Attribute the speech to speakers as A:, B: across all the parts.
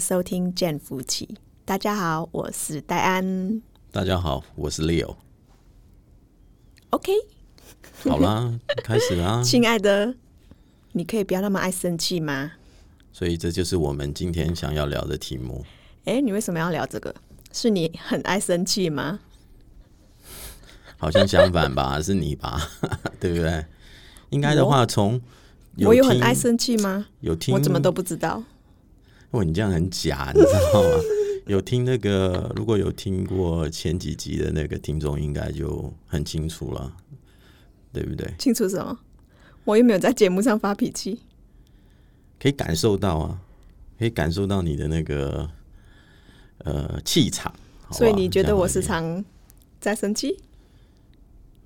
A: 收听《见夫妻》。大家好，我是戴安。
B: 大家好，我是 Leo。
A: OK，
B: 好啦，开始啦。
A: 亲爱的，你可以不要那么爱生气吗？
B: 所以这就是我们今天想要聊的题目。
A: 哎、你为什么要聊这个？是你很爱生气吗？
B: 好像相反 吧，是你吧？ 对不对？应该的话，从
A: 我有很
B: 听
A: 爱生气吗？
B: 有听，
A: 我怎么都不知道。
B: 哇，你这样很假， 你知道吗？有听那个，如果有听过前几集的那个听众，应该就很清楚了，对不对？
A: 清楚什么？我又没有在节目上发脾气。
B: 可以感受到啊，可以感受到你的那个呃气场。好吧
A: 所以你觉
B: 这
A: 得
B: 样
A: 我
B: 好一
A: 时
B: 点
A: 常在生气？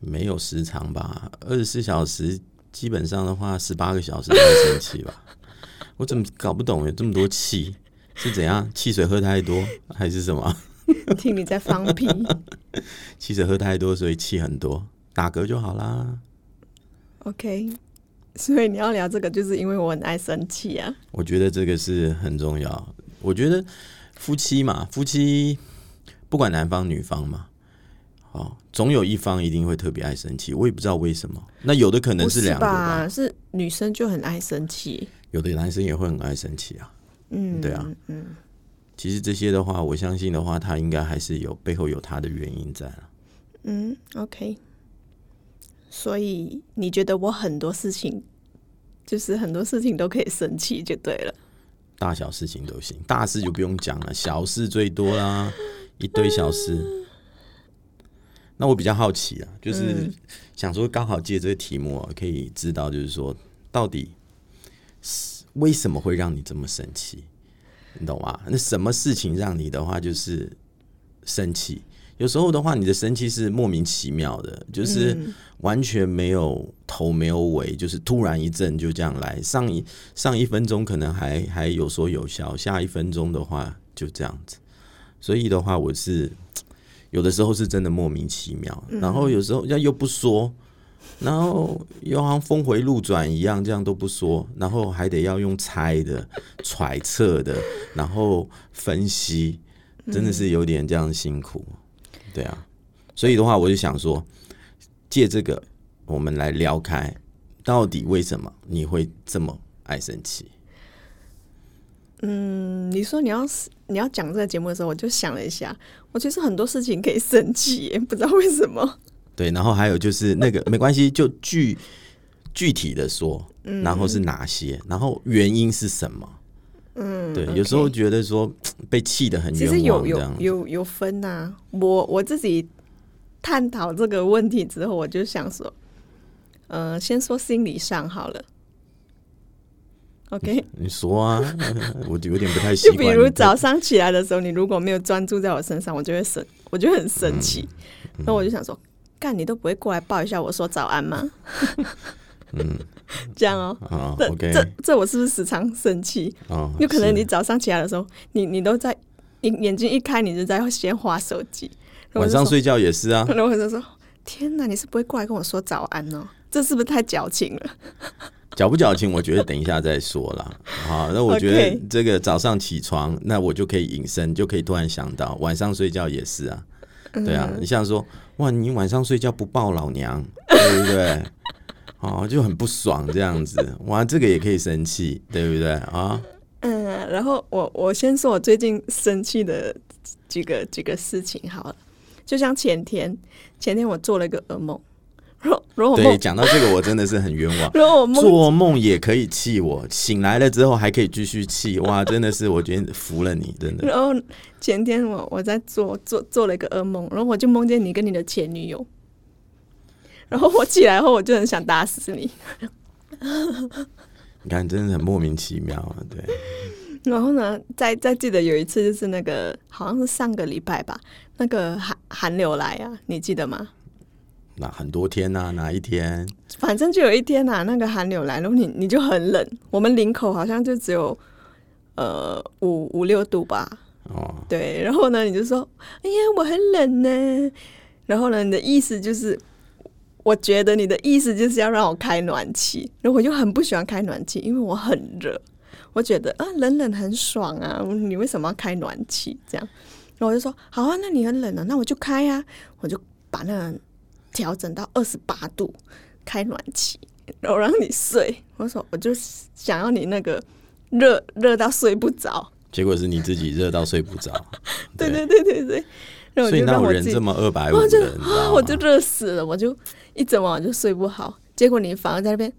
B: 没有时长吧？二十四小时基本上的话，十八个小时才会生气吧？ 我怎么搞不懂有这么多气？是怎样？汽水喝太多还是什么？
A: 听你在放屁，
B: 汽水喝太多，所以气很多，打嗝就好啦。
A: OK，所以你要聊这个，就是因为我很爱生气啊。
B: 我觉得这个是很重要。我觉得夫妻嘛，夫妻不管男方女方嘛，哦，总有一方一定会特别爱生气。我也不知道为什么。那有的可能
A: 不
B: 是两个吧，
A: 吧？是女生就很爱生气。
B: 有的男生也会很爱生气啊。
A: 嗯，
B: 对啊，嗯，其实这些的话，我相信的话，他应该还是有背后有他的原因在啊。
A: 嗯，OK。所以你觉得我很多事情，就是很多事情都可以生气就对了。
B: 大小事情都行，大事就不用讲了，小事最多啦，一堆小事。那我比较好奇啊，就是想说，刚好借这个题目、啊，可以知道，就是说，到底是为什么会让你这么生气？你懂吗？那什么事情让你的话就是生气？有时候的话，你的生气是莫名其妙的，就是完全没有头没有尾，就是突然一阵就这样来。上一上一分钟可能还还有说有笑，下一分钟的话就这样子。所以的话，我是有的时候是真的莫名其妙，然后有时候人家又不说，然后又好像峰回路转一样，这样都不说，然后还得要用猜的、 揣测的，然后分析，真的是有点这样辛苦。对啊，所以的话，我就想说，借这个我们来聊开，到底为什么你会这么爱生气？
A: 嗯，你说你要是你要讲这个节目的时候，我就想了一下，我其实很多事情可以生气耶， 不知道为什么。
B: 对，然后还有就是那个 没关系，就具具体的说，
A: 嗯
B: 然后是哪些，然后原因是什么？嗯，对，有时候
A: OK
B: 觉得说被气得很
A: 其
B: 冤
A: 实有
B: 枉这
A: 有
B: 样，
A: 有有分呐、我我自己探讨这个问题之后，我就想说，呃，先说心理上好了。OK，
B: 你说啊， 我就有点不太习
A: 就
B: 惯。
A: 比如早上起来的时候，你如果没有专注在我身上，我就会生，我就很生气。
B: 嗯
A: 那、我就想说，干你都不会过来抱一下我说早安 吗？嗯，这样哦。
B: 啊、
A: 这
B: o k
A: 这这我是不是时常生气？
B: 哦，
A: 有可能
B: 是
A: 你早上起来的时候，你你都在，你眼睛一开你就在先划手机，然后我
B: 晚
A: 就
B: 上
A: 说，
B: 睡觉也是啊，
A: 然后我就说，天哪，你是不会过来跟我说早安哦？这是不是太矫情了？
B: 矫不矫情，我觉得等一下再说 啦。好，那我觉
A: OK
B: 得这个早上起床，那我就可以隐身，就可以突然想到晚上睡觉也是啊。
A: 嗯
B: 对啊，你像说哇，你晚上睡觉不抱老娘，对不对？ 哦，就很不爽这样子。哇，这个也可以生气，对不对啊？
A: 嗯，然后我我先说我最近生气的几个几个事情好了，就像前天，前天我做了一个噩梦，然后然后我
B: 对，
A: 梦，
B: 讲到这个我真的是很冤枉。
A: 然 后我梦，
B: 做梦也可以气我，醒来了之后还可以继续气，哇，真的是我觉得服了你，真的。
A: 然后前天我我在做做做了一个噩梦，然后我就梦见你跟你的前女友，然后我起来后我就很想打死你，
B: 你看，真的很莫名其妙啊，对。
A: 然后呢，再再记得有一次就是那个好像是上个礼拜吧，那个寒寒流来啊，你记得吗？
B: 那很多天呐、哪一天？
A: 反正就有一天啊，那个寒流来了，你你就很冷。我们林口好像就只有呃五五六度吧，
B: 哦，
A: 对。然后呢，你就说：“哎呀，我很冷呢。”然后呢，你的意思就是，我觉得你的意思就是要让我开暖气，然后我就很不喜欢开暖气，因为我很热。我觉得啊，冷冷很爽啊，你为什么要开暖气？这样，然后我就说好啊，那你很冷啊，那我就开啊，我就把那个调整到二十八度，开暖气，然后让你睡。我说我就想要你那个热热到睡不着，
B: 结果是你自己热到睡不着。
A: 对对对对对。然后我
B: 所以
A: 就
B: 那
A: 让
B: 我
A: 我
B: 人
A: 自己
B: 这么二百五
A: 我
B: 的，你
A: 就
B: 知道
A: 啊，
B: 吗
A: 我就热死了，我就一整晚就睡不好。结果你反而在那边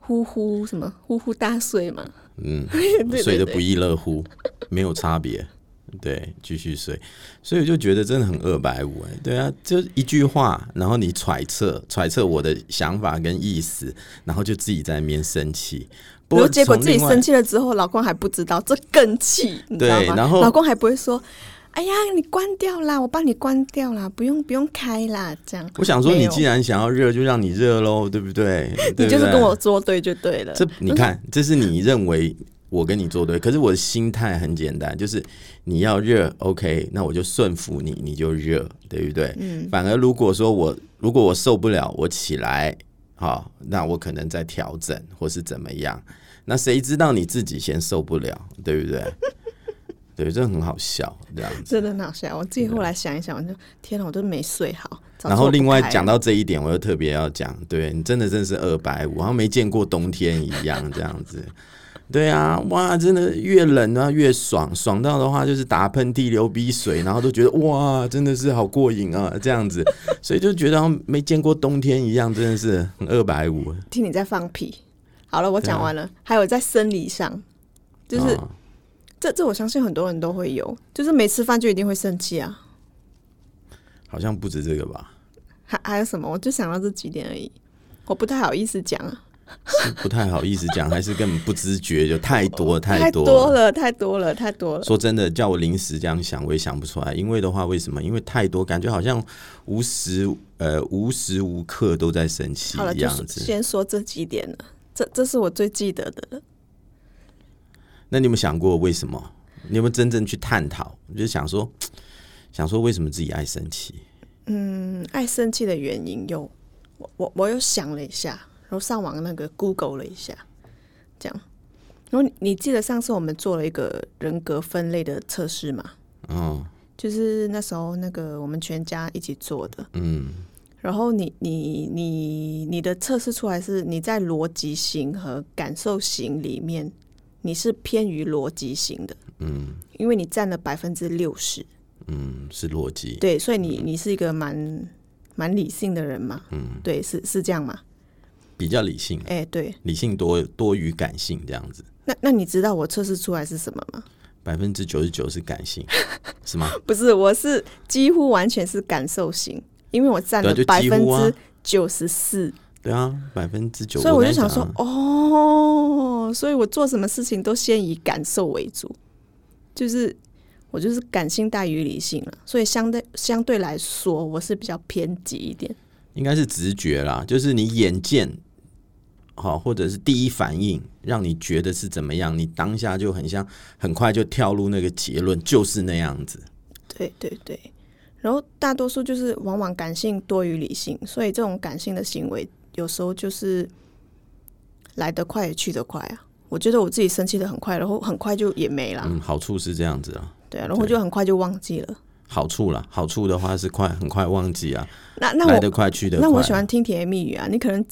A: 呼呼什么呼呼大睡嘛，
B: 嗯，
A: 对
B: 睡得
A: 对
B: 不亦乐乎，没有差别。对，继续睡，所以我就觉得真的很二百五哎，对啊，就一句话，然后你揣测揣测我的想法跟意思，然后就自己在那边生气，不
A: 然
B: 过
A: 后结果
B: 从
A: 自己
B: 另外
A: 生气了之后，老公还不知道，这更气，你知道
B: 对
A: 吗？
B: 然后
A: 老公还不会说：“哎呀，你关掉啦，我帮你关掉啦，不用不用开啦。”这样，
B: 我想说，
A: 没
B: 你
A: 有
B: 既然想要热，就让你热喽，对不对？对
A: 你
B: 不
A: 就是
B: 对
A: 跟我作对就对了。
B: 这，你看，这是你认为我跟你作对，可是我的心态很简单，就是你要热，OK，那我就顺服你，你就热，对不对？嗯。反而如果说我如果我受不了，我起来，好，那我可能再调整或是怎么样。那谁知道你自己先受不了，对不对？ 对，这很好笑，这样子。
A: 真的很好笑，我自己后来想一想，我就天啊哪，我都没睡好。早知
B: 然
A: 道
B: 后
A: 我不
B: 另外
A: 开了
B: 讲到这一点，我又特别要讲，对你真的真是二百五，好像没见过冬天一样这样子。对啊，哇，真的越冷啊越爽，爽到的话就是打喷嚏、流鼻水，然后都觉得哇，真的是好过瘾啊，这样子，所以就觉得好像没见过冬天一样，真的是很二百五。
A: 听你在放屁。好了，我讲完了。还有在生理上，就是、
B: 啊
A: 这这我相信很多人都会有，就是没吃饭就一定会生气啊。
B: 好像不止这个吧，
A: 还还有什么？我就想到这几点而已，我不太好意思讲啊，
B: 是不太好意思讲，还是根本不知觉，就太多
A: 太
B: 多
A: 了，太多了，太多了。
B: 说真的，叫我临时这样想，我也想不出来。因为的话，为什么？因为太多，感觉好像无时呃无时无刻都在生气
A: 好了，
B: 一
A: 就
B: 样
A: 是
B: 子。
A: 先说这几点了，这这是我最记得的了。
B: 那你有没有想过为什么？你有没有真正去探讨？就想说，想说为什么自己爱生气？
A: 嗯，爱生气的原因有，我我我又想了一下，然后上网那个 Google 了一下，这样。然后你你记得上次我们做了一个人格分类的测试吗？
B: 嗯
A: 就是那时候那个我们全家一起做的，
B: 嗯
A: 然后你你你你的测试出来是你在逻辑型和感受型里面，你是偏于逻辑型的，
B: 嗯
A: 因为你占了百分之六十，
B: 嗯，是逻辑。
A: 对，所以你
B: 嗯
A: 你是一个蛮蛮理性的人嘛，嗯，对，是是这样嘛，
B: 比较理性，
A: 哎、对，
B: 理性多多于感性这样子。
A: 那那你知道我测试出来是什么吗？
B: 百分之九十九是感性，是吗？
A: 不是，我是几乎完全是感受型，因为我占了
B: 对啊
A: 百
B: 就几
A: 分
B: 乎啊
A: 之九十四，
B: 对啊，百分之九。
A: 所以我
B: 跟
A: 就
B: 你
A: 想
B: 讲
A: 说
B: 啊，
A: 哦，所以我做什么事情都先以感受为主，就是我就是感性大于理性了，所以相对相对来说，我是比较偏激一点。
B: 应该是直觉啦，就是你眼见，好，或者是第一反应，让你觉得是怎么样，你当下就很像，很快就跳入那个结论，就是那样子。
A: 对对对，然后大多数就是往往感性多于理性，所以这种感性的行为有时候就是来得快也去得快啊。我觉得我自己生气的很快，然后很快就也没了，
B: 嗯，好处是这样子啊，
A: 对啊，然后就很快就忘记了。
B: 好处啦，好处的话是快，很快忘记啊，
A: 那那
B: 来
A: 我
B: 得快去得快。
A: 那我喜欢听甜言蜜语啊，你可能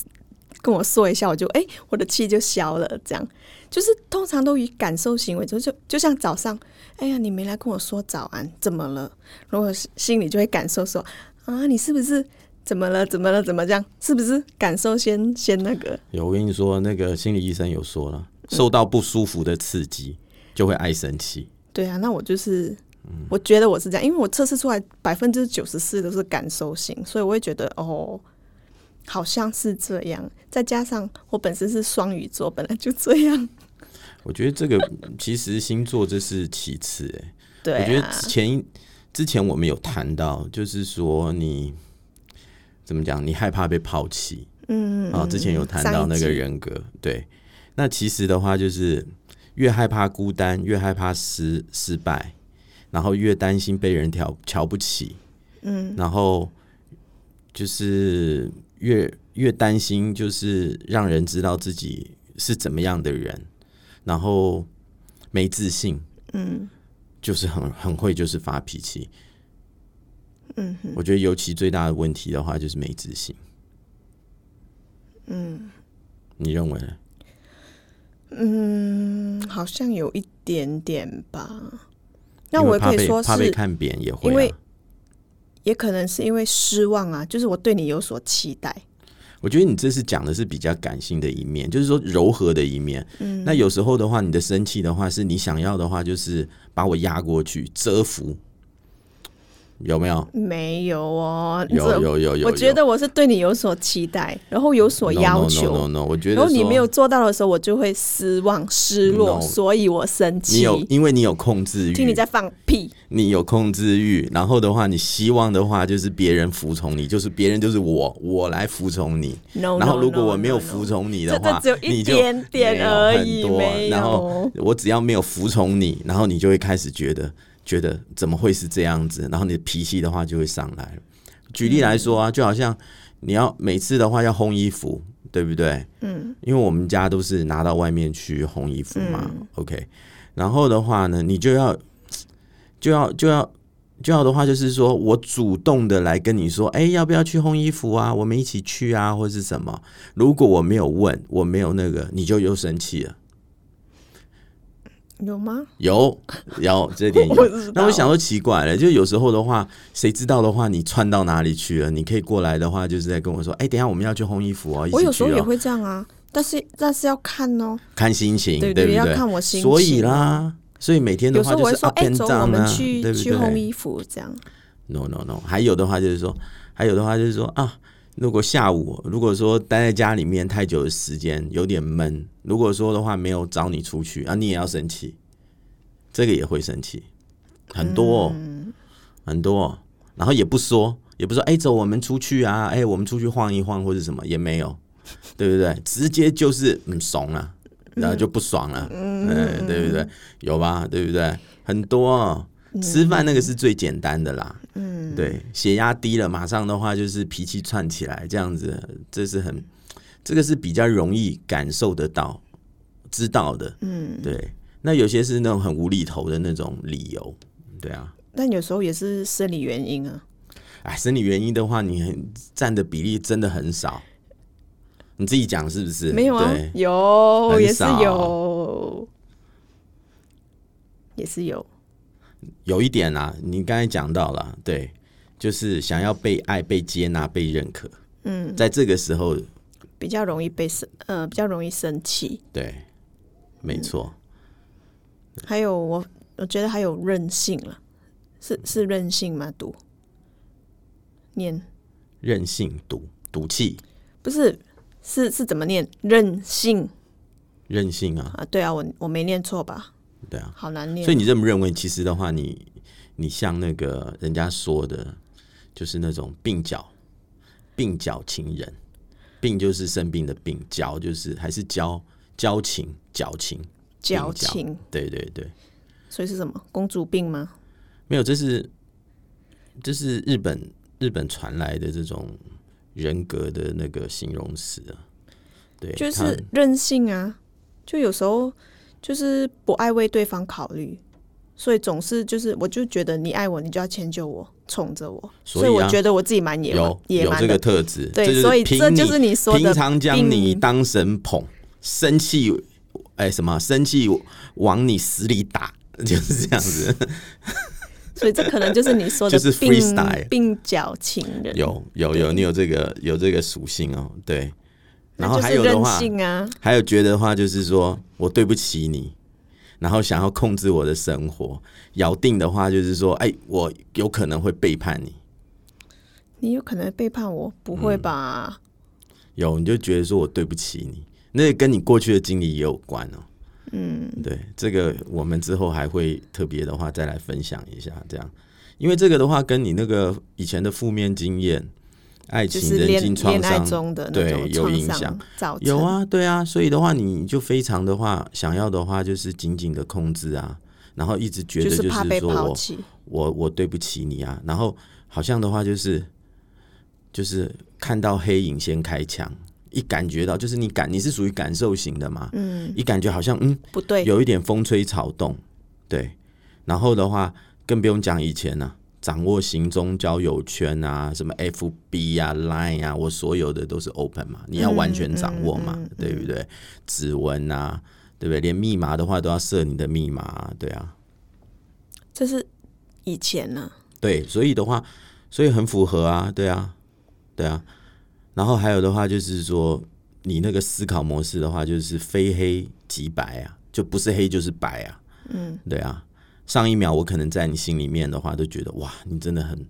A: 跟我说一下，我就哎、我的气就消了。这样就是通常都以感受行为，就就就像早上，哎呀，你没来跟我说早安，怎么了？然后我心里就会感受说啊，你是不是怎么了？怎么了？怎么这样？是不是感受先先那个？
B: 有，我跟你说，那个心理医生有说了，
A: 嗯
B: 受到不舒服的刺激就会爱生气。
A: 对啊，那我就是。我觉得我是这样，因为我测试出来百分之九十四都是感受型，所以我会觉得哦，好像是这样。再加上我本身是双鱼座，本来就这样。
B: 我觉得这个其实星座这是其次、欸，
A: 对、啊，
B: 我觉得之前一之前我们有谈到，就是说你怎么讲，你害怕被抛弃
A: 嗯
B: 啊。之前有谈到那个，人格，对。那其实的话，就是越害怕孤单，越害怕失失败，然后越担心被人瞧瞧不起，
A: 嗯，
B: 然后就是越越担心，就是让人知道自己是怎么样的人，然后没自信，
A: 嗯
B: 就是很很会就是发脾气。
A: 嗯哼
B: 我觉得尤其最大的问题的话就是没自信，
A: 嗯
B: 你认为呢？
A: 嗯，好像有一点点吧。那
B: 因为
A: 我也
B: 怕
A: 可以
B: 被
A: 说
B: 怕被
A: 是，
B: 看扁也会、啊，
A: 因为也可能是因为失望啊，就是我对你有所期待。
B: 我觉得你这是讲的是比较感性的一面，就是说柔和的一面。嗯，那有时候的话，你的生气的话，是你想要的话，就是把我压过去，折服，有没有？
A: 没有哦，
B: 有
A: 这
B: 有有有有。
A: 我觉得我是对你有所期待，然后有所要求
B: No no no, no, no 我觉得
A: 然后你
B: 说
A: 没有，做到的时候，我就会失望、失落
B: No
A: 所以我生
B: 你
A: 气。
B: 有，因为你有控制欲，
A: 听你在放屁，
B: 你有控制欲，然后的话，你希望的话就是别人服从你，就是别人就是我，我来服从你。
A: Oh, No,
B: 然后
A: no,
B: 如果
A: no,
B: 我没有
A: no, no.
B: 服从你
A: 这
B: 的话，
A: 这只有一
B: 你就
A: 点点
B: 没有
A: 而
B: 很
A: 已
B: 多
A: 没
B: 然
A: 有
B: 后我只要没有服从你，然后你就会开始觉得觉得怎么会是这样子，然后你的脾气的话就会上来了。举例来说啊，
A: 嗯
B: 就好像你要每次的话要烘衣服，对不对？嗯，因为我们家都是拿到外面去烘衣服嘛。OK，然后的话呢，你就要就要就要就要的话，就是说我主动的来跟你说，哎、要不要去烘衣服啊？我们一起去啊，或是什么？如果我没有问，我没有那个，你就又生气了。
A: 有吗？
B: 有有这点
A: 我知道
B: 有，那我想说奇怪了，就有时候的话，谁知道的话，你窜到哪里去了？你可以过来的话，就是在跟我说，哎、等一下我们要去烘衣服哦，一
A: 我
B: 起
A: 有时
B: 去
A: 候也
B: 哦，
A: 会这样啊，但是但是要看哦，
B: 看心情，
A: 对
B: 不对？
A: 要看我心情。
B: 所以，啦，所以每天
A: 有
B: 的
A: 时
B: 话
A: 候我会
B: 就是
A: 说，
B: up
A: 哎，
B: and
A: 走，
B: down
A: 我们
B: 啊，
A: 去
B: 对不
A: 去烘
B: 对
A: 衣服这样。
B: ？No No No，还有的话就是说，还有的话就是说啊。如果下午如果说待在家里面太久的时间有点闷，如果说的话没有找你出去啊，你也要生气，这个也会生气，很多、哦很多、哦，然后也不说，也不说，哎、走，我们出去啊，哎、我们出去晃一晃或者什么也没有，对不对？直接就是嗯怂了，然后就不爽了，嗯，对不对？有吧，对不对？很多、哦。吃饭那个是最简单的啦，嗯，对，血压低了，马上的话就是脾气窜起来，这样子，这是很，这个是比较容易感受得到、知道的，嗯，对。那有些是那种很无厘头的那种理由，对啊，
A: 但有时候也是生理原因啊，
B: 哎，生理原因的话，你很占的比例真的很少。你自己讲是不是？
A: 没有啊
B: 对，，
A: 有
B: 很
A: 也是
B: 少
A: 有，也是有。
B: 有一点啦、你刚才讲到了，对，就是想要被爱、被接纳、被认可。嗯，在这个时候，
A: 比较容易被生，呃，比较容易生气。
B: 对，没错，
A: 还有我，我觉得还有任性了，是是任性吗？读念
B: 任性、赌、赌气、
A: 不是是是怎么念？任性
B: 任性啊，
A: 啊，对啊，我我没念错吧？
B: 对啊。
A: 好难念。
B: 所以你认不认为，其实的话你，你像那个人家说的，就是那种鬓角，鬓角情人，鬓就是生病的病，角就是还是交交情，矫情，
A: 矫
B: 鬓角
A: 情，
B: 对对对，
A: 所以是什么？公主病吗？
B: 没有，这是这是日本日本传来的这种人格的那个形容词啊，对，
A: 就
B: 它
A: 是任性啊，就有时候就是不爱为对方考虑，所以总是就是我就觉得你爱我，你就要迁就我，宠着我，
B: 所
A: 所以
B: 以
A: 我
B: 啊
A: 觉得我自己蛮野蛮
B: 有
A: 野
B: 有
A: 蛮
B: 这
A: 的
B: 个特质，
A: 对
B: 这就是
A: 所以
B: 凭
A: 这
B: 你
A: 就是你说的
B: 平常将你
A: 病
B: 当神捧，生气，哎、什么生气往你死里打，就是这样子。
A: 所以这可能就是你说的
B: 就是
A: 鬓
B: freestyle
A: 鬓角情人，
B: 有有有，你有这个有这个属性哦，对。
A: 那
B: 然后
A: 就是
B: 还有的
A: 任
B: 话，
A: 性啊，
B: 还有觉得的话就是说我对不起你，然后想要控制我的生活。咬定的话就是说，哎、我有可能会背叛你。
A: 你有可能背叛我，不会
B: 嗯
A: 吧？
B: 有，你就觉得说我对不起你，那个跟你过去的经历也有关哦。嗯，对，这个我们之后还会特别的话再来分享一下，这样，因为这个的话跟你那个以前的负面经验、爱
A: 就
B: 情、
A: 是
B: 人
A: 恋
B: 性创
A: 恋爱
B: 伤，
A: 中的那
B: 对
A: 种
B: 有
A: 创
B: 影响
A: 伤造成
B: 有，啊，对啊，所以的话，你就非常的话，想要的话就是紧紧的控制啊，然后一直觉
A: 就
B: 得就是
A: 怕被
B: 是说
A: 抛
B: 我
A: 弃，
B: 我我对不起你啊，然后好像的话就是就是看到黑影先开枪，一感觉到，就是你感你是属于感受型的嘛，
A: 嗯，
B: 一感觉好像嗯
A: 不对，
B: 有一点风吹草动，对。然后的话，更不用讲以前呢、掌握行踪交友圈啊，什么 FB 啊、Line 啊，我所有的都是 open 嘛，你要完全掌握嘛，
A: 嗯嗯嗯
B: 对不对？指纹啊，对不对？连密码的话都要设你的密码、啊，对啊，
A: 这是以前呢、
B: 对，所以的话，所以很符合啊，对啊，对啊。然后还有的话就是说，你那个思考模式的话，就是非黑即白啊，就不是黑就是白啊，嗯，对啊。上一秒我可能在你心里面的话，都觉得哇，你真的很，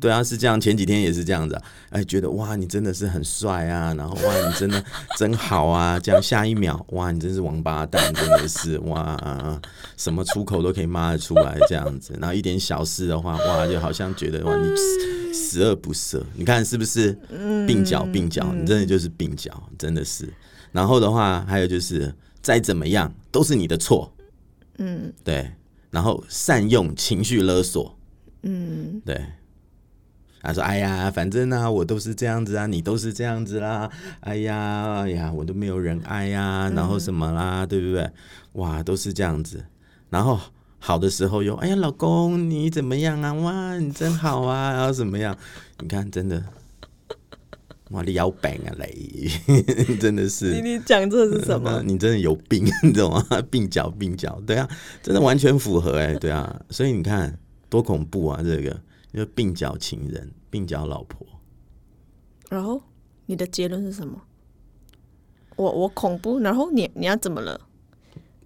B: 对啊，是这样。前几天也是这样子、啊，哎，觉得哇，你真的是很帅啊，然后哇，你真的真好啊，这样。下一秒，哇，你真是王八蛋，真的是哇。什么出口都可以骂得出来这样子，然后一点小事的话，哇，就好像觉得哇，你十十恶不赦，你看是不是？鬓角鬓角，你真的就是鬓角，真的是。然后的话，还有就是再怎么样都是你的错，嗯，对。然后善用情绪勒索，嗯，对。他说：“哎呀，反正呢、我都是这样子啊，你都是这样子啦。哎呀，哎呀，我都没有人爱呀、然后什么啦，对不对？哇，都是这样子。然后好的时候又，哎呀，老公你怎么样啊？哇，你真好啊，然后怎么样？你看，真的，哇，你有病啊，雷， 真的
A: 你
B: 是。
A: 你讲这是什么？
B: 你真的有病，你懂吗？鬓角鬓角，对啊，真的完全符合 哎、对啊，所以你看多恐怖啊！这个就鬓角情人，鬓角老婆，
A: 然后你的结论是什么？我我恐怖，然后你你要怎么了？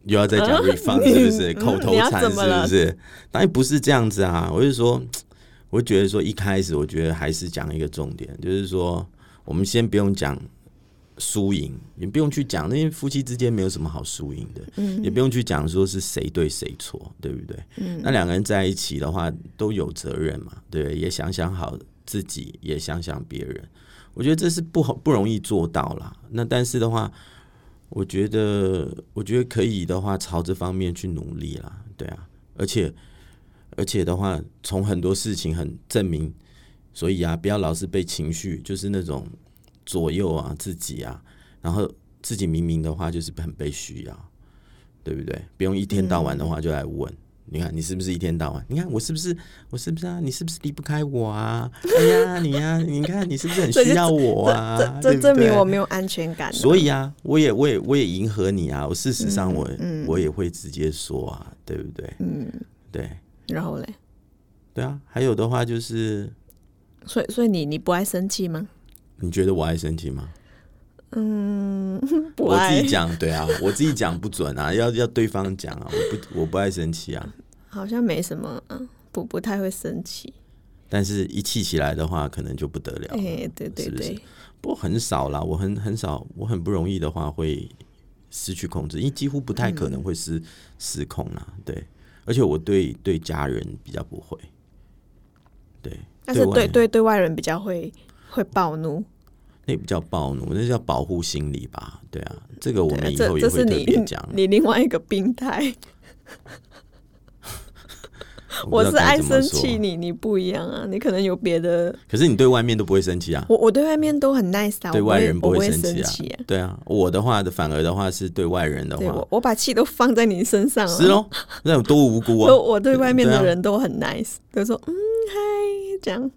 B: 又要再讲
A: 啊
B: refund 是不是？
A: 嗯
B: 口头
A: 你要
B: 禅是
A: 怎么了
B: 不是？当然不是这样子啊！我是说，我觉得说一开始，我觉得还是讲一个重点，就是说，我们先不用讲输赢，也不用去讲那些夫妻之间没有什么好输赢的，
A: 嗯
B: 也不用去讲说是谁对谁错，对不对？那两个人在一起的话，都有责任嘛，对不对？也想想好自己，也想想别人。我觉得这是不好不容易做到啦。那但是的话，我觉得，我觉得可以的话，朝这方面去努力啦，对啊，而且，而且的话，从很多事情很证明，所以啊，不要老是被情绪就是那种左右啊自己啊，然后自己明明的话就是很被需要，对不对？不用一天到晚的话就来问。你看，你是不是一天到晚？你看我是不是，我是不是啊？你是不是离不开我啊？哎呀，你呀、你看你是不是很
A: 所以
B: 需
A: 就
B: 要我啊？
A: 这
B: 对
A: 这证
B: 不
A: 明
B: 对
A: 我没有安全感。
B: 所以啊，我也我也我也迎合你啊，我事实
A: 嗯
B: 上我、我也会直接说啊，对不对？嗯，对
A: 然后嘞，
B: 对啊。还有的话就是，
A: 所以所以你你不爱生气吗？
B: 你觉得我爱生气吗？
A: 不
B: 我自
A: 爱
B: 己，讲，对啊，我自己讲不准啊，要要对方讲啊，我不我不爱生气啊。
A: 好像没什么，嗯，不不太会生气。
B: 但是一气起来的话，可能就不得了了。
A: 哎、对对
B: 是不是
A: 对，
B: 不过很少啦，我很很少，我很不容易的话会失去控制，因为几乎不太可
A: 嗯
B: 能会失、失控啦。对，而且我对对家人比较不会，对，
A: 但是
B: 外
A: 对
B: 人
A: 对对外人比较会会暴怒。
B: 那不叫暴怒，那叫保护心理吧？对啊，这个我
A: 对
B: 们以
A: 这
B: 后也
A: 这
B: 会
A: 是
B: 特
A: 你
B: 别讲。
A: 你另外一个病态。
B: 不
A: 我
B: 知
A: 是
B: 道该
A: 爱
B: 怎么
A: 生
B: 说啊
A: 气，，你你不一样啊，你可能有别的。
B: 可是你对外面都不会生气啊。
A: 我我对外面都很 nice 啊，
B: 对
A: 我
B: 外人
A: 不
B: 会
A: 会
B: 气啊
A: 气啊。
B: 对啊，我的话的反而的话是对外人的
A: 对
B: 话
A: 我，我把气都放在你身上
B: 是
A: 了。
B: 咯，那有多无辜啊
A: 都！我对外面
B: 对啊
A: 的人都很 nice，都说嗯嗨这样。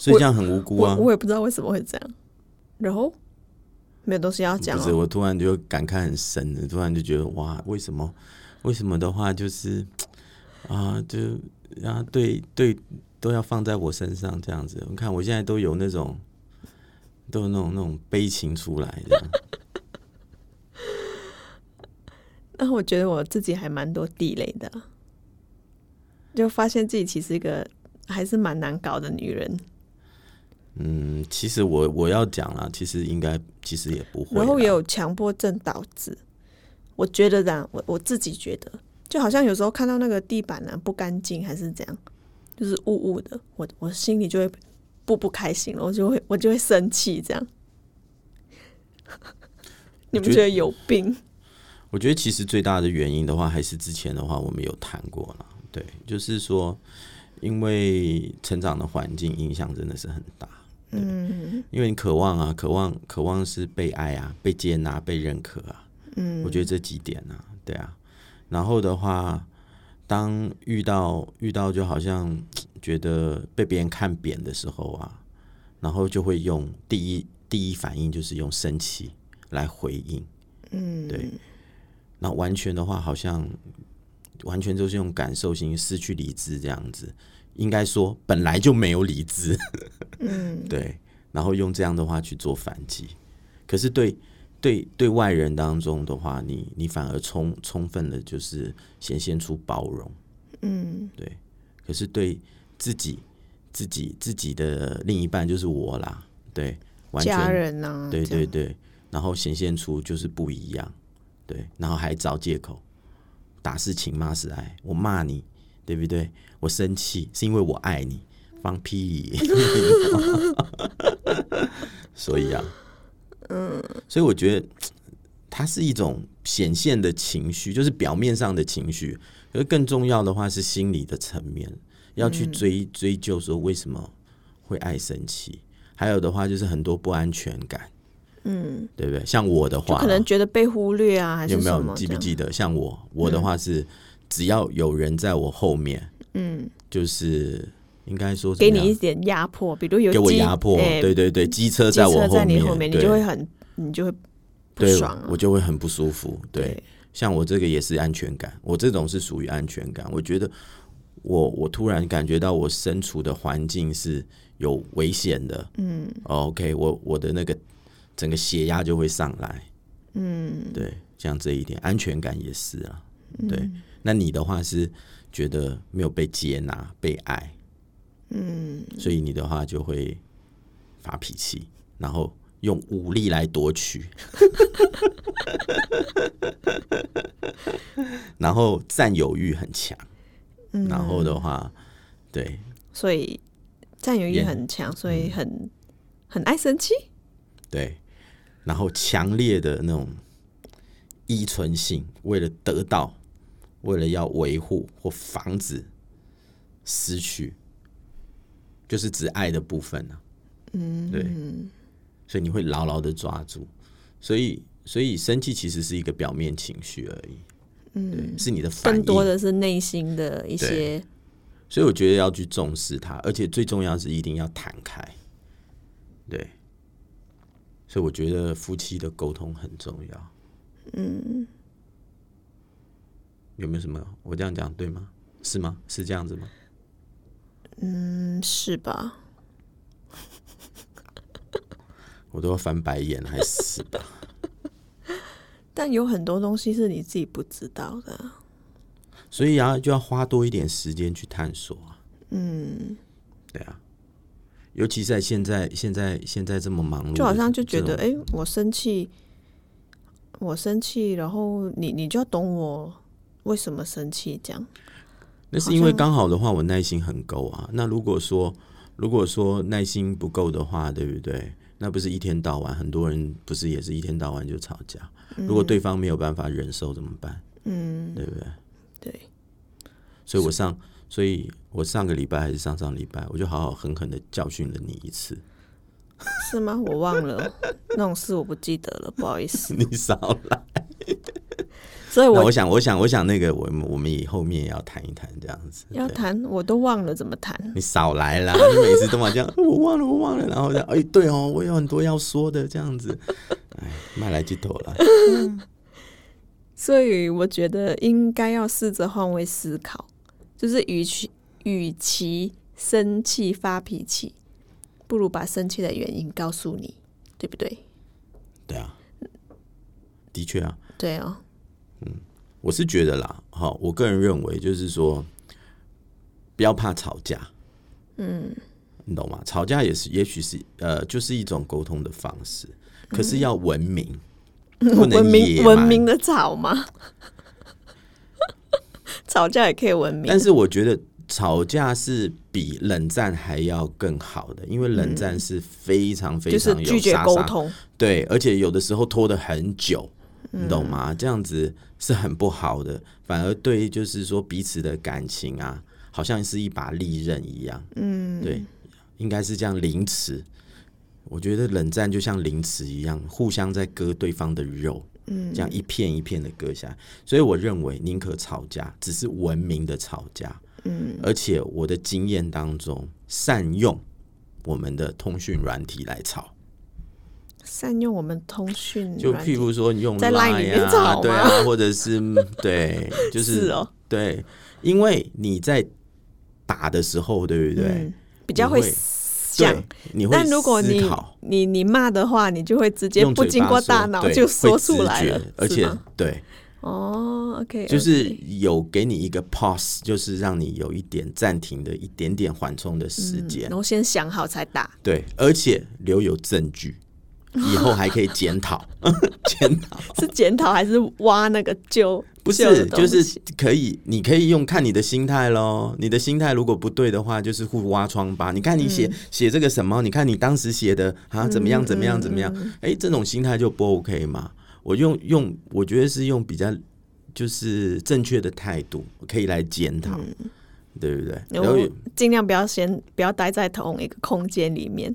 B: 所以这样很无辜
A: 我
B: 啊。
A: 我也不知道为什么会这样。然后没有东西要讲
B: 不
A: 哦、
B: 是，我突然就感慨很深的，突然就觉得哇，为什么？为什么的话就是啊，就啊，对对，都要放在我身上这样子。你看我现在都有那种，都有那种那种悲情出来这样。
A: 但我觉得我自己还蛮多地雷的，啊就发现自己其实一个还是蛮难搞的女人。
B: 嗯，其实我我要讲啦，其实应该其实也不会啦。
A: 然后也有强迫症导致。我觉得啦，我我自己觉得，就好像有时候看到那个地板呢、不干净还是怎样，就是雾雾的，我我心里就会不不开心了，我就会我就会生气这样。 你们
B: 我觉得
A: 觉得有病？
B: 我觉得其实最大的原因的话，还是之前的话我们有谈过了，对，就是说，因为成长的环境影响真的是很大，
A: 嗯
B: 因为你渴望啊，渴望渴望是被爱啊，被接纳、被认可啊。
A: 嗯，
B: 我觉得这几点啊，对啊。然后的话，当遇到遇到就好像觉得被别人看扁的时候啊，然后就会用第一第一反应就是用生气来回应，
A: 嗯
B: 对。那完全的话，好像完全就是用感受型失去理智这样子。应该说本来就没有理智，
A: 嗯
B: 对，然后用这样的话去做反击。可是对对对外人当中的话，你你反而充充分的就是显现出包容，
A: 嗯
B: 对。可是对自己自己自己的另一半就是我啦，对，完全
A: 家人呐、啊，
B: 对
A: 这样
B: 对对，然后显现出就是不一样，对，然后还找借口，打是情，骂是爱，我骂你，对不对？我生气是因为我爱你，放 屁， 所以啊，嗯，所以我觉得它是一种显现的情绪，就是表面上的情绪，可是更重要的话是心理的层面，要
A: 嗯
B: 去追、追究说为什么会爱生气，还有的话就是很多不安全感，嗯，对不对？像我的
A: 就
B: 话啊，
A: 可能觉得被忽略啊，还
B: 有
A: 是
B: 没
A: 什
B: 有
A: 么？
B: 记不
A: 这样？
B: 记得？像我，我的话是、只要有人在我后面，
A: 嗯，
B: 就是应该说怎
A: 给
B: 么
A: 你
B: 样
A: 一点压迫，比如有
B: 给我
A: 机
B: 压迫，
A: 哎
B: 对对对，机车
A: 机
B: 在我
A: 车在你
B: 面，
A: 后面，你
B: 对
A: 就会很，你就会不
B: 对
A: 爽、啊
B: 我就会很不舒服，对。
A: 对
B: 像我这个也是安全感，我这种是属于安全感。我觉得我我突然感觉到我身处的环境是有危险的，嗯，OK，我我的那个整个血压就会上来，嗯，对，像这一点安全感也是啊，对。那你的话是觉得没有被接纳、被爱，嗯，所以你的话就会发脾气，然后用武力来夺取。 然后占有欲很强，然后的话，对，
A: 嗯所以占有欲
B: 也嗯
A: 很强，所以很、很爱生气。
B: 对，然后强烈的那种依存性，为了得到，为了要维护或防止失去，就是指爱的部分啊。嗯，对，所以你会牢牢的抓住，所以所以生气其实是一个表面情绪而已，嗯，对，是你的反应，
A: 更多的是内心的一些，
B: 所以我觉得要去重视它，而且最重要是一定要谈开。对，所以我觉得夫妻的沟通很重要。嗯，有没有什么？我这样讲对吗？是吗？是这样子吗？
A: 嗯，是吧？
B: 我都要翻白眼了，还是吧？
A: 但有很多东西是你自己不知道的啊，
B: 所以啊，就要花多一点时间去探索啊。嗯，对啊，尤其在现在、现在、现在这么忙碌的这种，
A: 就好像就觉
B: 啊
A: 得，哎、我生气，我生气，然后你你就要懂我为什么生气，这样，
B: 那是因为刚好的话，我耐心很够啊。那如果说如果说耐心不够的话，对不对？那不是一天到晚，很多人不是也是一天到晚就吵架。如果对方没有办法忍受怎么办？
A: 嗯，
B: 对不对？
A: 对，
B: 所以我上，所以我上个礼拜还是上上礼拜，我就好好狠狠的教训了你一次。
A: 是吗？我忘了那种事，我不记得了，不好意思。
B: 你少来。
A: 所以
B: 嗯那我
A: 哎我
B: 想，我想，我想那个，我们我们以后面也要谈一谈这样子。
A: 要谈，我都忘了怎么谈。
B: 你少来啦！你每次都嘛这样，我忘了，我忘了，然后这样，哎、对哦，我有很多要说的，这样子，哎，卖来鸡头了。
A: 所以我觉得应该要试着换位思考，就是与其与其生气发脾气，不如把生气的原因告诉你，对不对？
B: 对啊，的确啊，
A: 对哦，
B: 我是觉得啦，好，我个人认为就是说，不要怕吵架，嗯，你懂吗？吵架也是，也许是呃，就是一种沟通的方式，可是要文明，不能
A: 嗯 文
B: 野
A: 明文
B: 蛮
A: 明的吵嘛， 吵架也可以文明
B: 但。是我觉得吵架是比冷战还要更好的，因为冷战是非常非
A: 嗯就是
B: 常有
A: 拒绝
B: 杀
A: 沟
B: 伤，
A: 通，
B: 对，而且有的时候拖得很久，你懂吗？这样子是很不好的，反而对就是说彼此的感情
A: 嗯
B: 啊，好像是一把利刃一样，嗯，对，应该是这样凌迟。我觉得冷战就像凌迟一样，互相在割对方的肉，嗯，这样一片一片的割下来。所以我认为，宁可吵架，只是文明的吵架，嗯。而且我的经验当中，善用我们的通讯软体来吵，
A: 善用我们通讯
B: 就
A: 嗯软
B: 譬
A: 体，嗯
B: 如说你用
A: 在
B: Line
A: Line 里面
B: 啊
A: 吵吗
B: 对啊，或 者是对，就是
A: 是哦
B: 对，因为你在打的时候，对不对？
A: 嗯，比较
B: 你
A: 会
B: 会
A: 想
B: 对。，你会
A: 但如果
B: 思
A: 你
B: 考。
A: 你你骂的话，你就会直接
B: 用
A: 不
B: 嘴
A: 经
B: 巴
A: 过
B: 说
A: 大脑
B: 对
A: 就
B: 会
A: 说
B: 直
A: 出来
B: 觉
A: 了，
B: 而
A: 是
B: 且
A: 吗
B: 对，
A: 哦，OK，
B: 就是有给你一个 pause，就是让你有一点暂停的一点点缓冲的时间，
A: 然后先想好才打，
B: 对，而且留有证据，以后还可以检讨，检讨
A: 是检讨还是挖那个旧？
B: 不
A: 旧的
B: 是，
A: 东
B: 就
A: 西
B: 是可以，你可以用看你的心态咯。你的心态如果不对的话，就是互挖疮疤。你看你
A: 嗯
B: 写写、这个什么，你看你当时写的啊，怎么样怎么
A: 嗯
B: 样怎么样，哎、这种心态就不 OK 嘛。我用用，我觉得是用比较就是正确的态度，可以来检讨，
A: 嗯
B: 对不对？然
A: 我
B: 后
A: 尽量不要先不要待在同一个空间里面，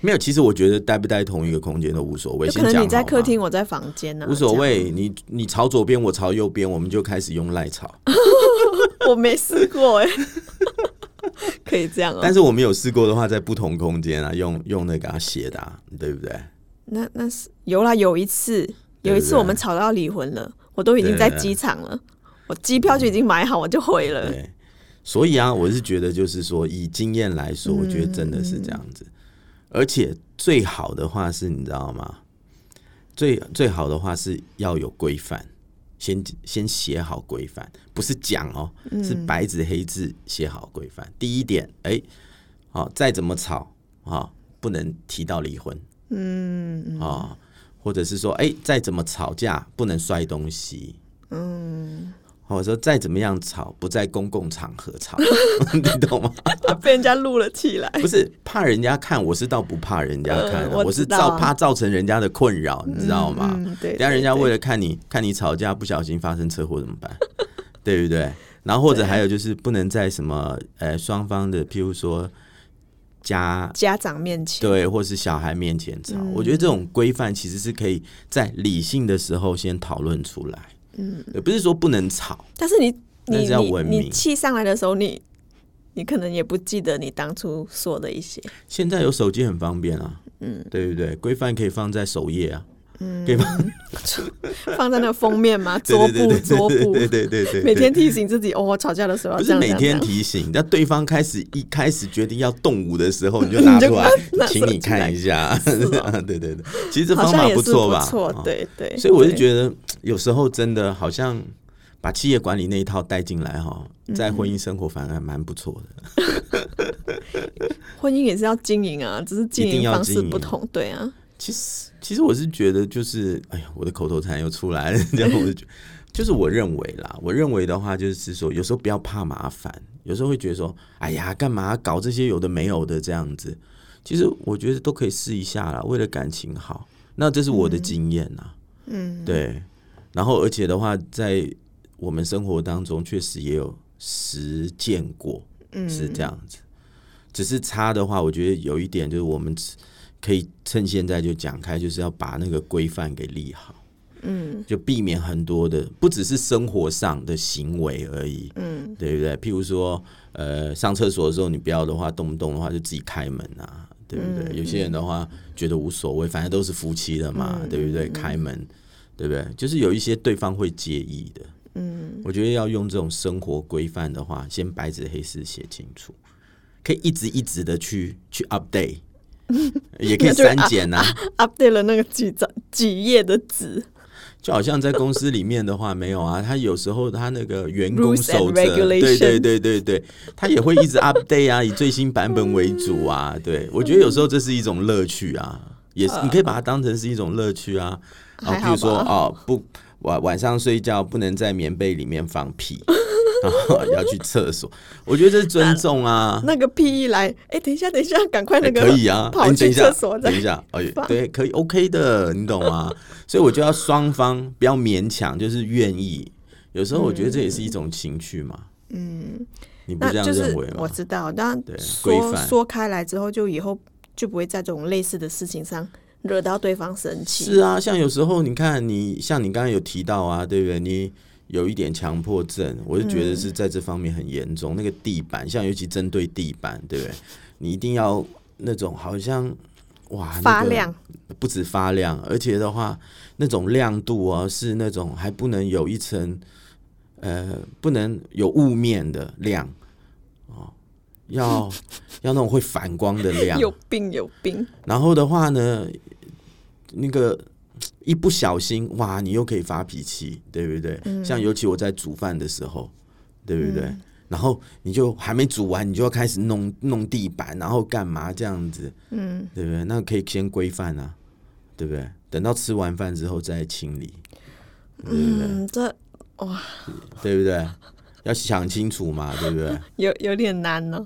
B: 没有，其实我觉得待不待同一个空间都无所谓，
A: 有可
B: 先
A: 能
B: 讲
A: 你在
B: 好嘛
A: 客厅，我在房间呢、啊，
B: 无所
A: 这
B: 谓，你你朝左边，我朝右边，我们就开始用赖吵。
A: 样， 我没试过哎、 可以这样哦、
B: 但是我们有试过的话，在不同空间啊，用用那个啊写的、啊，对不对？
A: 那那是有啦，有一次，有一
B: 对
A: 次
B: 不对
A: 我们吵到离婚了，我都已经在
B: 对
A: 机场了，我机票就已经买好，我就回了。
B: 对，所以啊，我是觉得就是说，以经验来说，我觉得真的是这样子。而且最好的话是，你知道吗？最最好的话是要有规范，先先写好规范，不是讲哦，是白纸黑字写好规范。第一点，哎、好、再怎么吵啊、不能提到离婚。嗯啊、或者是说，哎、再怎么吵架，不能摔东西。嗯，我说再怎么样吵，不在公共场合吵， 你懂吗？
A: 被人家录了起来。
B: 不是怕人家看，我是倒不怕人家看啊、
A: 嗯我
B: 是
A: 知道
B: 造怕造成人家的困扰，你知道吗？
A: 嗯，对。
B: 等下啊人家为
A: 了
B: 了看你看你吵架，不小心发生车祸怎么办？ 对不对？然后或者还有就是不能在什么呃双方的，譬如说家
A: 家长面前，
B: 对，或是小孩面前吵，我
A: 嗯
B: 觉得这种规范其实是可以在理性的时候先讨论出来。嗯，不是说不能吵，
A: 但是你你
B: 但是要
A: 你
B: 文明
A: 你气上来的时候，你你可能也不记得你当初说的一些，
B: 现在有手机很方便啊，嗯，对不对？规范可以放在首页啊，嗯，可以放
A: 放在那个封面吗？
B: 对
A: 桌
B: 对
A: 布
B: 对
A: 桌布，
B: 对对对对对，
A: 每天提醒自己哦，我吵架的 时候要
B: 不
A: 这
B: 是
A: 样这
B: 每
A: 样
B: 天
A: 这样
B: 提醒，但对方开始 一开始决定要动武的时候，你就拿出来
A: 你就 拿，
B: 请你看一下， 对对对，其实这方
A: 哦好像
B: 法
A: 也是
B: 错吧？
A: 错
B: 哦，
A: 对对。
B: 所以我是
A: 对
B: 觉得，有时候真的好像把企业管理那一套带进来哈，
A: 嗯
B: 在婚姻生活反而还蛮不错的。
A: 婚姻也是要经营啊，只是经
B: 一定
A: 营
B: 要
A: 方式
B: 经营
A: 不同，对啊。
B: 其实，其实我是觉得，就是哎呀，我的口头禅又出来了， 这样我就觉得就是我认为啦，我认为的话就是说，有时候不要怕麻烦，有时候会觉得说，哎呀，干嘛搞这些有的没有的这样子？其实我觉得都可以试一下啦，为了感情好。那这是我的经验呐，嗯，对。然后，而且的话，在我们生活当中确实也有实践过，嗯，是这样子。只是差的话，我觉得有一点就是我们可以趁现在就讲开，就是要把那个规范给立好。嗯，就避免很多的，不只是生活上的行为而已。嗯，对不对？譬如说，呃，上厕所的时候你不要的话，动不动的话就自己开门啊，对不对？有些人的话觉得无所谓，反正都是夫妻了嘛，对不对？开门，对不对？就是有一些对方会介意的。嗯，我觉得要用这种生活规范的话，先白纸黑字写清楚，可以一直一直的去去 update，也可以
A: 那就
B: 删减啊。
A: update 了那个几张几页的纸
B: 就好像在公司里面的话，没有 啊，他有时候他那个员工
A: Rules and
B: 守则，对
A: regulation
B: 对对对对，他也会一直 update 啊，以最新版本为主啊。对，我觉得有时候这是一种乐趣啊，也是你可以把它当成是一种乐趣啊。啊，
A: 嗯还
B: 比如
A: 好
B: 说
A: 吧
B: 哦，不晚晚上睡觉不能在棉被里面放 屁，然后要去厕所，我觉得这是尊重啊。
A: 那个屁一来，哎、等一下，等一下，赶快那
B: 哎
A: 个、
B: 可以啊，哎
A: 跑
B: 你
A: 去
B: 等一
A: 厕
B: 下，
A: 所再
B: 等一下，哎
A: 放，
B: 对，可以，OK 的，你 懂吗？所以我就要双方不要勉强，就是愿意。有时候我觉得这也是一种情趣嘛，嗯，你不
A: 那
B: 这样
A: 就是
B: 认为
A: 我
B: 吗？
A: 知道，但
B: 对规
A: 说
B: 范
A: 说开来之后，就以后就不会在这种类似的事情上惹到对方生气。
B: 是啊，像有时候你看你，像你刚刚有提到啊，对不对？你有一点强迫症，我就觉得是在这方面很严重。那个地板，像尤其针对地板，对不对？你一定要那种好像哇，
A: 发
B: 啊那个
A: 亮，
B: 不止发亮，而且的话，那种亮度啊，是那种还不能有一层，呃，不能有雾面的亮哦，要要那种会反光 的亮。
A: 有病有病，
B: 然后的话呢，那个一不小心，哇，你又可以发脾气，对不对？
A: 嗯
B: 像尤其我在煮饭的时候，对不对？然后你就还没煮完，你就要开始弄弄地板，然后干嘛这样子？嗯，对不对？那可以先规范啊，对不对？等到吃完饭之后再清理，
A: 嗯，这
B: 对不对？要想清楚嘛，对不对？
A: 有有点难哦，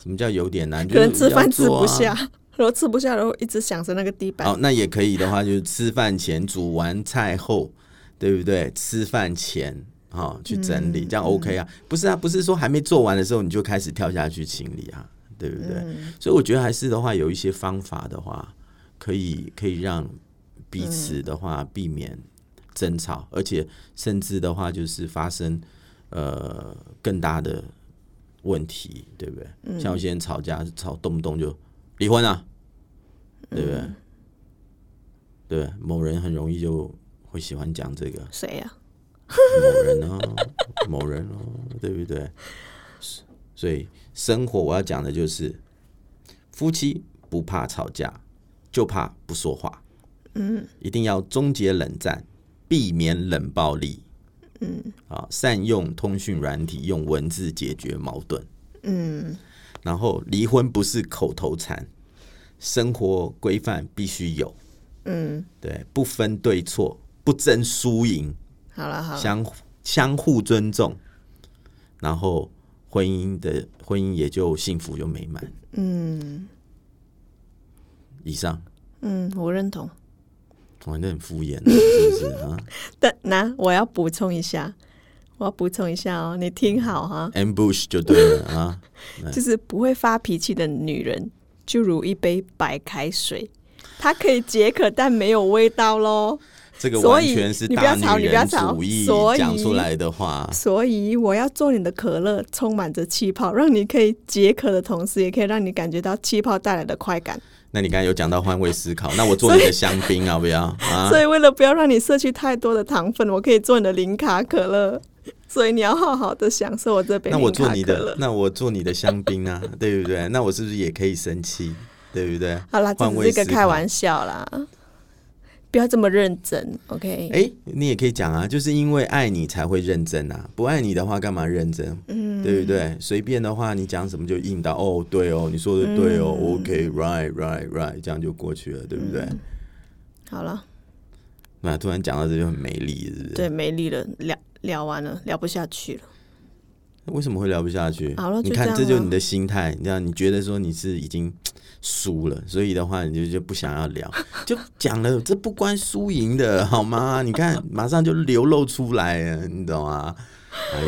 B: 什么叫有点难？
A: 可能
B: 就是
A: 吃饭
B: 要
A: 吃
B: 做
A: 不
B: 啊
A: 下，然后吃不下，然后一直想着那个地板，
B: 哦，那也可以的话，就是吃饭前煮完菜后，对不对？吃饭前啊、哦、去整理，这样 OK 啊？不是啊，不是说还没做完的时候你就开始跳下去清理啊，对不对？所以我觉得还是的话，有一些方法的话，可以可以让彼此的话避免争吵，而且甚至的话就是发生呃更大的问题，对不对？像有些人吵架吵动不动就离婚啊，对不对？对，某人很容易就会喜欢讲这个
A: 谁啊呀、
B: 某人啊， 某人哦、对不对？所以生活我要讲的就是，夫妻不怕吵架，就怕不说话。嗯，一定要终结冷战，避免冷暴力。嗯，啊，善用通讯软体，用文字解决矛盾。
A: 嗯，
B: 然后离婚不是口头禅，生活规范必须有。
A: 嗯，
B: 对，不分对错，不争输赢，
A: 好了好了，
B: 相相互尊重，然后婚姻的婚姻也就幸福就美满。
A: 嗯
B: 以上，
A: 嗯，我认同。
B: 哇，那很敷衍，是不是啊
A: 但那我要补充一下，我要补充一下哦，你听好哈、
B: ？ambush 就对了啊，
A: 就是不会发脾气的女人，就如一杯白开水，它可以解渴，但没有味道喽。
B: 这个
A: 所
B: 完
A: 以
B: 全是
A: 你不要
B: 大
A: 吵
B: 女
A: 你不要
B: 人
A: 吵
B: 主义
A: 所以
B: 讲出来的话。
A: 所以我要做你的可乐，充满着气泡，让你可以解渴的同时，也可以让你感觉到气泡带来的快感。
B: 那你刚才有讲到换位思考，那我做你的香槟要不要啊？
A: 所以为 了不要让你摄取太多的糖分，我可以做你的零卡可乐。所以你要好好的享受我这杯
B: 那
A: 零
B: 我
A: 卡
B: 做
A: 可
B: 你
A: 乐
B: 的，。那我做你的香槟啊，对不对？那我是不是也可以生气？对不对？
A: 好啦，这
B: 换
A: 只
B: 位
A: 是一个
B: 思
A: 开
B: 考
A: 玩笑啦，不要这么认真，OK？
B: 哎、你也可以讲啊，就是因为爱你才会认真啊，不爱你的话干嘛认真？嗯，对不对？随便的话，你讲什么就应到哦，对哦，你说的对哦、o k right right right，这样就过去了，对不对？
A: 好了，
B: 那突然讲到这就很没力，是不是？
A: 对，没力了，聊聊完了，聊不下去了。
B: 为什么会聊不下去？
A: 好了
B: 你
A: 就
B: 看
A: 这样
B: 这就是
A: 啊
B: 你的心态，你知道，你觉得说你是已经输了，所以的话你就就不想要聊， 就讲了，这不关输赢的好吗？ 你看马上就流露出来了，你懂吗？哎，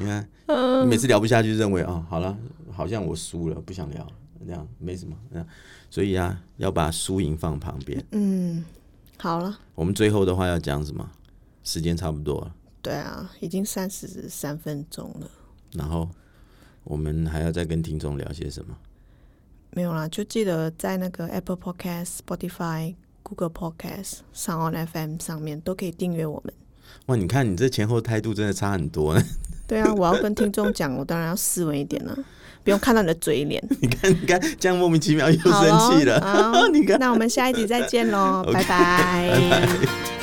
B: 你看。你每次聊不下去，认为哦，好了，好像我输了，不想聊，这样没什么，这样，所以啊，要把输赢放旁边。
A: 嗯，好了，
B: 我们最后的话要讲什么？时间差不多了，
A: 对啊，已经三十三分钟了，
B: 然后我们还要再跟听众聊些什么？
A: 没有啦，就记得在那个 Apple Podcast、Spotify、Google Podcast、Sound on FM 上面都可以订阅我们。
B: 哇，你看你这前后态度真的差很多呢。
A: 对啊，我要跟听众讲，我当然要斯文一点了，不用看到你的嘴 脸。
B: 你看，你看，这样莫名其妙又
A: 好
B: 生气
A: 咯
B: 了。啊
A: 好
B: 你看，
A: 那我们下一集再见喽，拜拜。
B: 拜拜。